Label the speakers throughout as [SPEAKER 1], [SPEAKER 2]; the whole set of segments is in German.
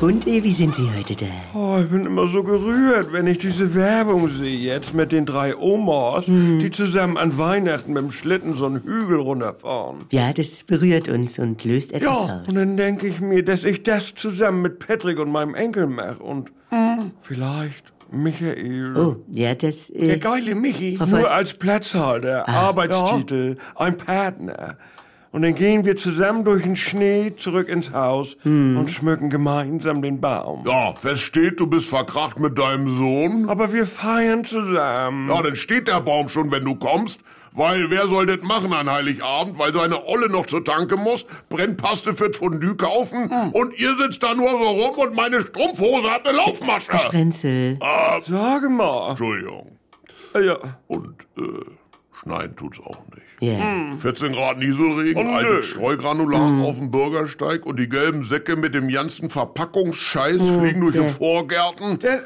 [SPEAKER 1] Und äh, wie sind Sie heute da?
[SPEAKER 2] Oh, ich bin immer so gerührt, wenn ich diese Werbung sehe jetzt mit den drei Omas,
[SPEAKER 3] Mhm.
[SPEAKER 2] die zusammen an Weihnachten mit dem Schlitten so einen Hügel runterfahren.
[SPEAKER 1] Ja, das berührt uns und löst etwas
[SPEAKER 2] Ja, und
[SPEAKER 1] aus.
[SPEAKER 2] dann denke ich mir, dass ich das zusammen mit Patrick und meinem Enkel mache und
[SPEAKER 3] Mhm.
[SPEAKER 2] vielleicht Michael.
[SPEAKER 1] Oh, ja, das. Äh,
[SPEAKER 3] Der geile Michi. Ah,
[SPEAKER 1] Frau Feist-
[SPEAKER 2] Nur als Platzhalter, Arbeitstitel, ein Partner. Und dann gehen wir zusammen durch den Schnee zurück ins Haus
[SPEAKER 3] Mhm.
[SPEAKER 2] und schmücken gemeinsam den Baum.
[SPEAKER 4] Ja, feststeht, du bist verkracht mit deinem Sohn.
[SPEAKER 2] Aber wir feiern zusammen.
[SPEAKER 4] Ja, dann steht der Baum schon, wenn du kommst. Weil wer soll das machen an Heiligabend? Weil seine Olle noch zur Tanke muss, Brennpaste für Fondue kaufen und ihr sitzt da nur so rum und meine Strumpfhose hat eine Laufmasche.
[SPEAKER 1] Prenzel.
[SPEAKER 4] Ah.
[SPEAKER 2] Sage mal.
[SPEAKER 4] Entschuldigung.
[SPEAKER 2] Ja.
[SPEAKER 4] Und, äh, schneien tut's auch nicht.
[SPEAKER 1] Ja.
[SPEAKER 4] 14 Grad Nieselregen,
[SPEAKER 2] Oh, nö.
[SPEAKER 4] altes Streugranulat
[SPEAKER 1] Hm.
[SPEAKER 4] auf dem Bürgersteig und die gelben Säcke mit dem ganzen Verpackungsscheiß
[SPEAKER 1] Hm,
[SPEAKER 4] fliegen durch die Vorgärten
[SPEAKER 3] Der,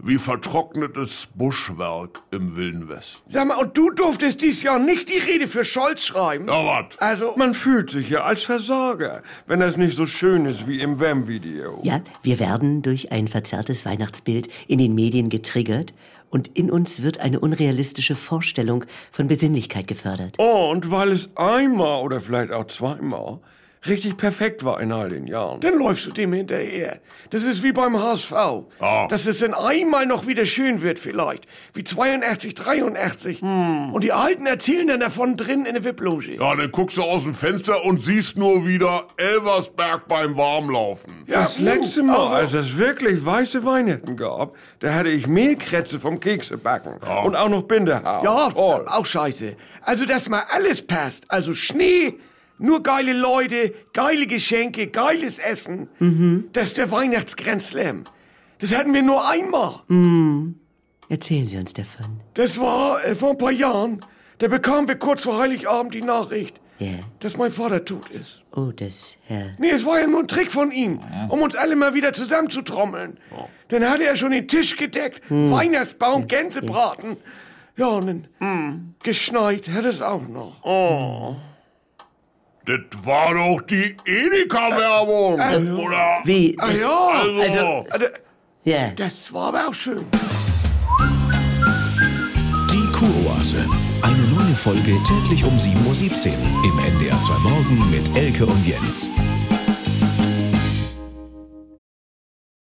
[SPEAKER 4] wie vertrocknetes Buschwerk im Wilden Westen.
[SPEAKER 3] sag mal, und du durftest dies Jahr nicht die Rede für Scholz schreiben?
[SPEAKER 4] Ja, wat?
[SPEAKER 3] Also,
[SPEAKER 2] Man fühlt sich ja als Versager, wenn das nicht so schön ist wie im Wham-Video.
[SPEAKER 1] Ja, wir werden durch ein verzerrtes Weihnachtsbild in den Medien getriggert und in uns wird eine unrealistische Vorstellung von Besinnlichkeit gefördert.
[SPEAKER 2] Oh, und weil es einmal oder vielleicht auch zweimal richtig perfekt war in all den Jahren.
[SPEAKER 3] dann läufst du dem hinterher. Das ist wie beim HSV.
[SPEAKER 2] Ah.
[SPEAKER 3] Dass es dann einmal noch wieder schön wird vielleicht. Wie 82, 83.
[SPEAKER 2] Hm.
[SPEAKER 3] Und die Alten erzählen dann davon drin in der Wipploge.
[SPEAKER 4] Ja, dann guckst du aus dem Fenster und siehst nur wieder Elversberg beim Warmlaufen.
[SPEAKER 2] Das
[SPEAKER 3] uh,
[SPEAKER 2] letzte Mal, also. als
[SPEAKER 3] also-
[SPEAKER 2] es wirklich weiße Weihnachten gab, da hatte ich Mehlkrätze vom Kekse backen und auch noch Bindehaar.
[SPEAKER 3] Ja,
[SPEAKER 2] toll.
[SPEAKER 3] auch scheiße. Also, dass mal alles passt. Also Schnee, nur geile Leute, geile Geschenke, geiles Essen.
[SPEAKER 2] Mhm.
[SPEAKER 3] Das ist der Weihnachtsgrenzlam. Das hatten wir nur einmal.
[SPEAKER 1] Erzählen Sie uns davon.
[SPEAKER 3] Das war äh, vor ein paar Jahren. Da bekamen wir kurz vor Heiligabend die Nachricht,
[SPEAKER 1] Ja.
[SPEAKER 3] dass mein Vater tot ist.
[SPEAKER 1] Oh, das, Herr.
[SPEAKER 3] Nee, es war ja nur ein Trick von ihm, um uns alle mal wieder zusammenzutrommeln. Dann hatte er schon den Tisch gedeckt, Weihnachtsbaum, Gänsebraten. Ja, und dann geschneit hat es auch noch.
[SPEAKER 4] Das war doch die Edeka-Werbung, oder?
[SPEAKER 1] Wie?
[SPEAKER 3] Ah
[SPEAKER 1] das-
[SPEAKER 3] ja,
[SPEAKER 4] Also,
[SPEAKER 1] also-
[SPEAKER 3] Ah, da-
[SPEAKER 1] Ja.
[SPEAKER 3] das war aber auch schön.
[SPEAKER 5] Die Kuroase. Eine neue Folge täglich um 7.17 Uhr im NDR 2 Morgen mit Elke und Jens.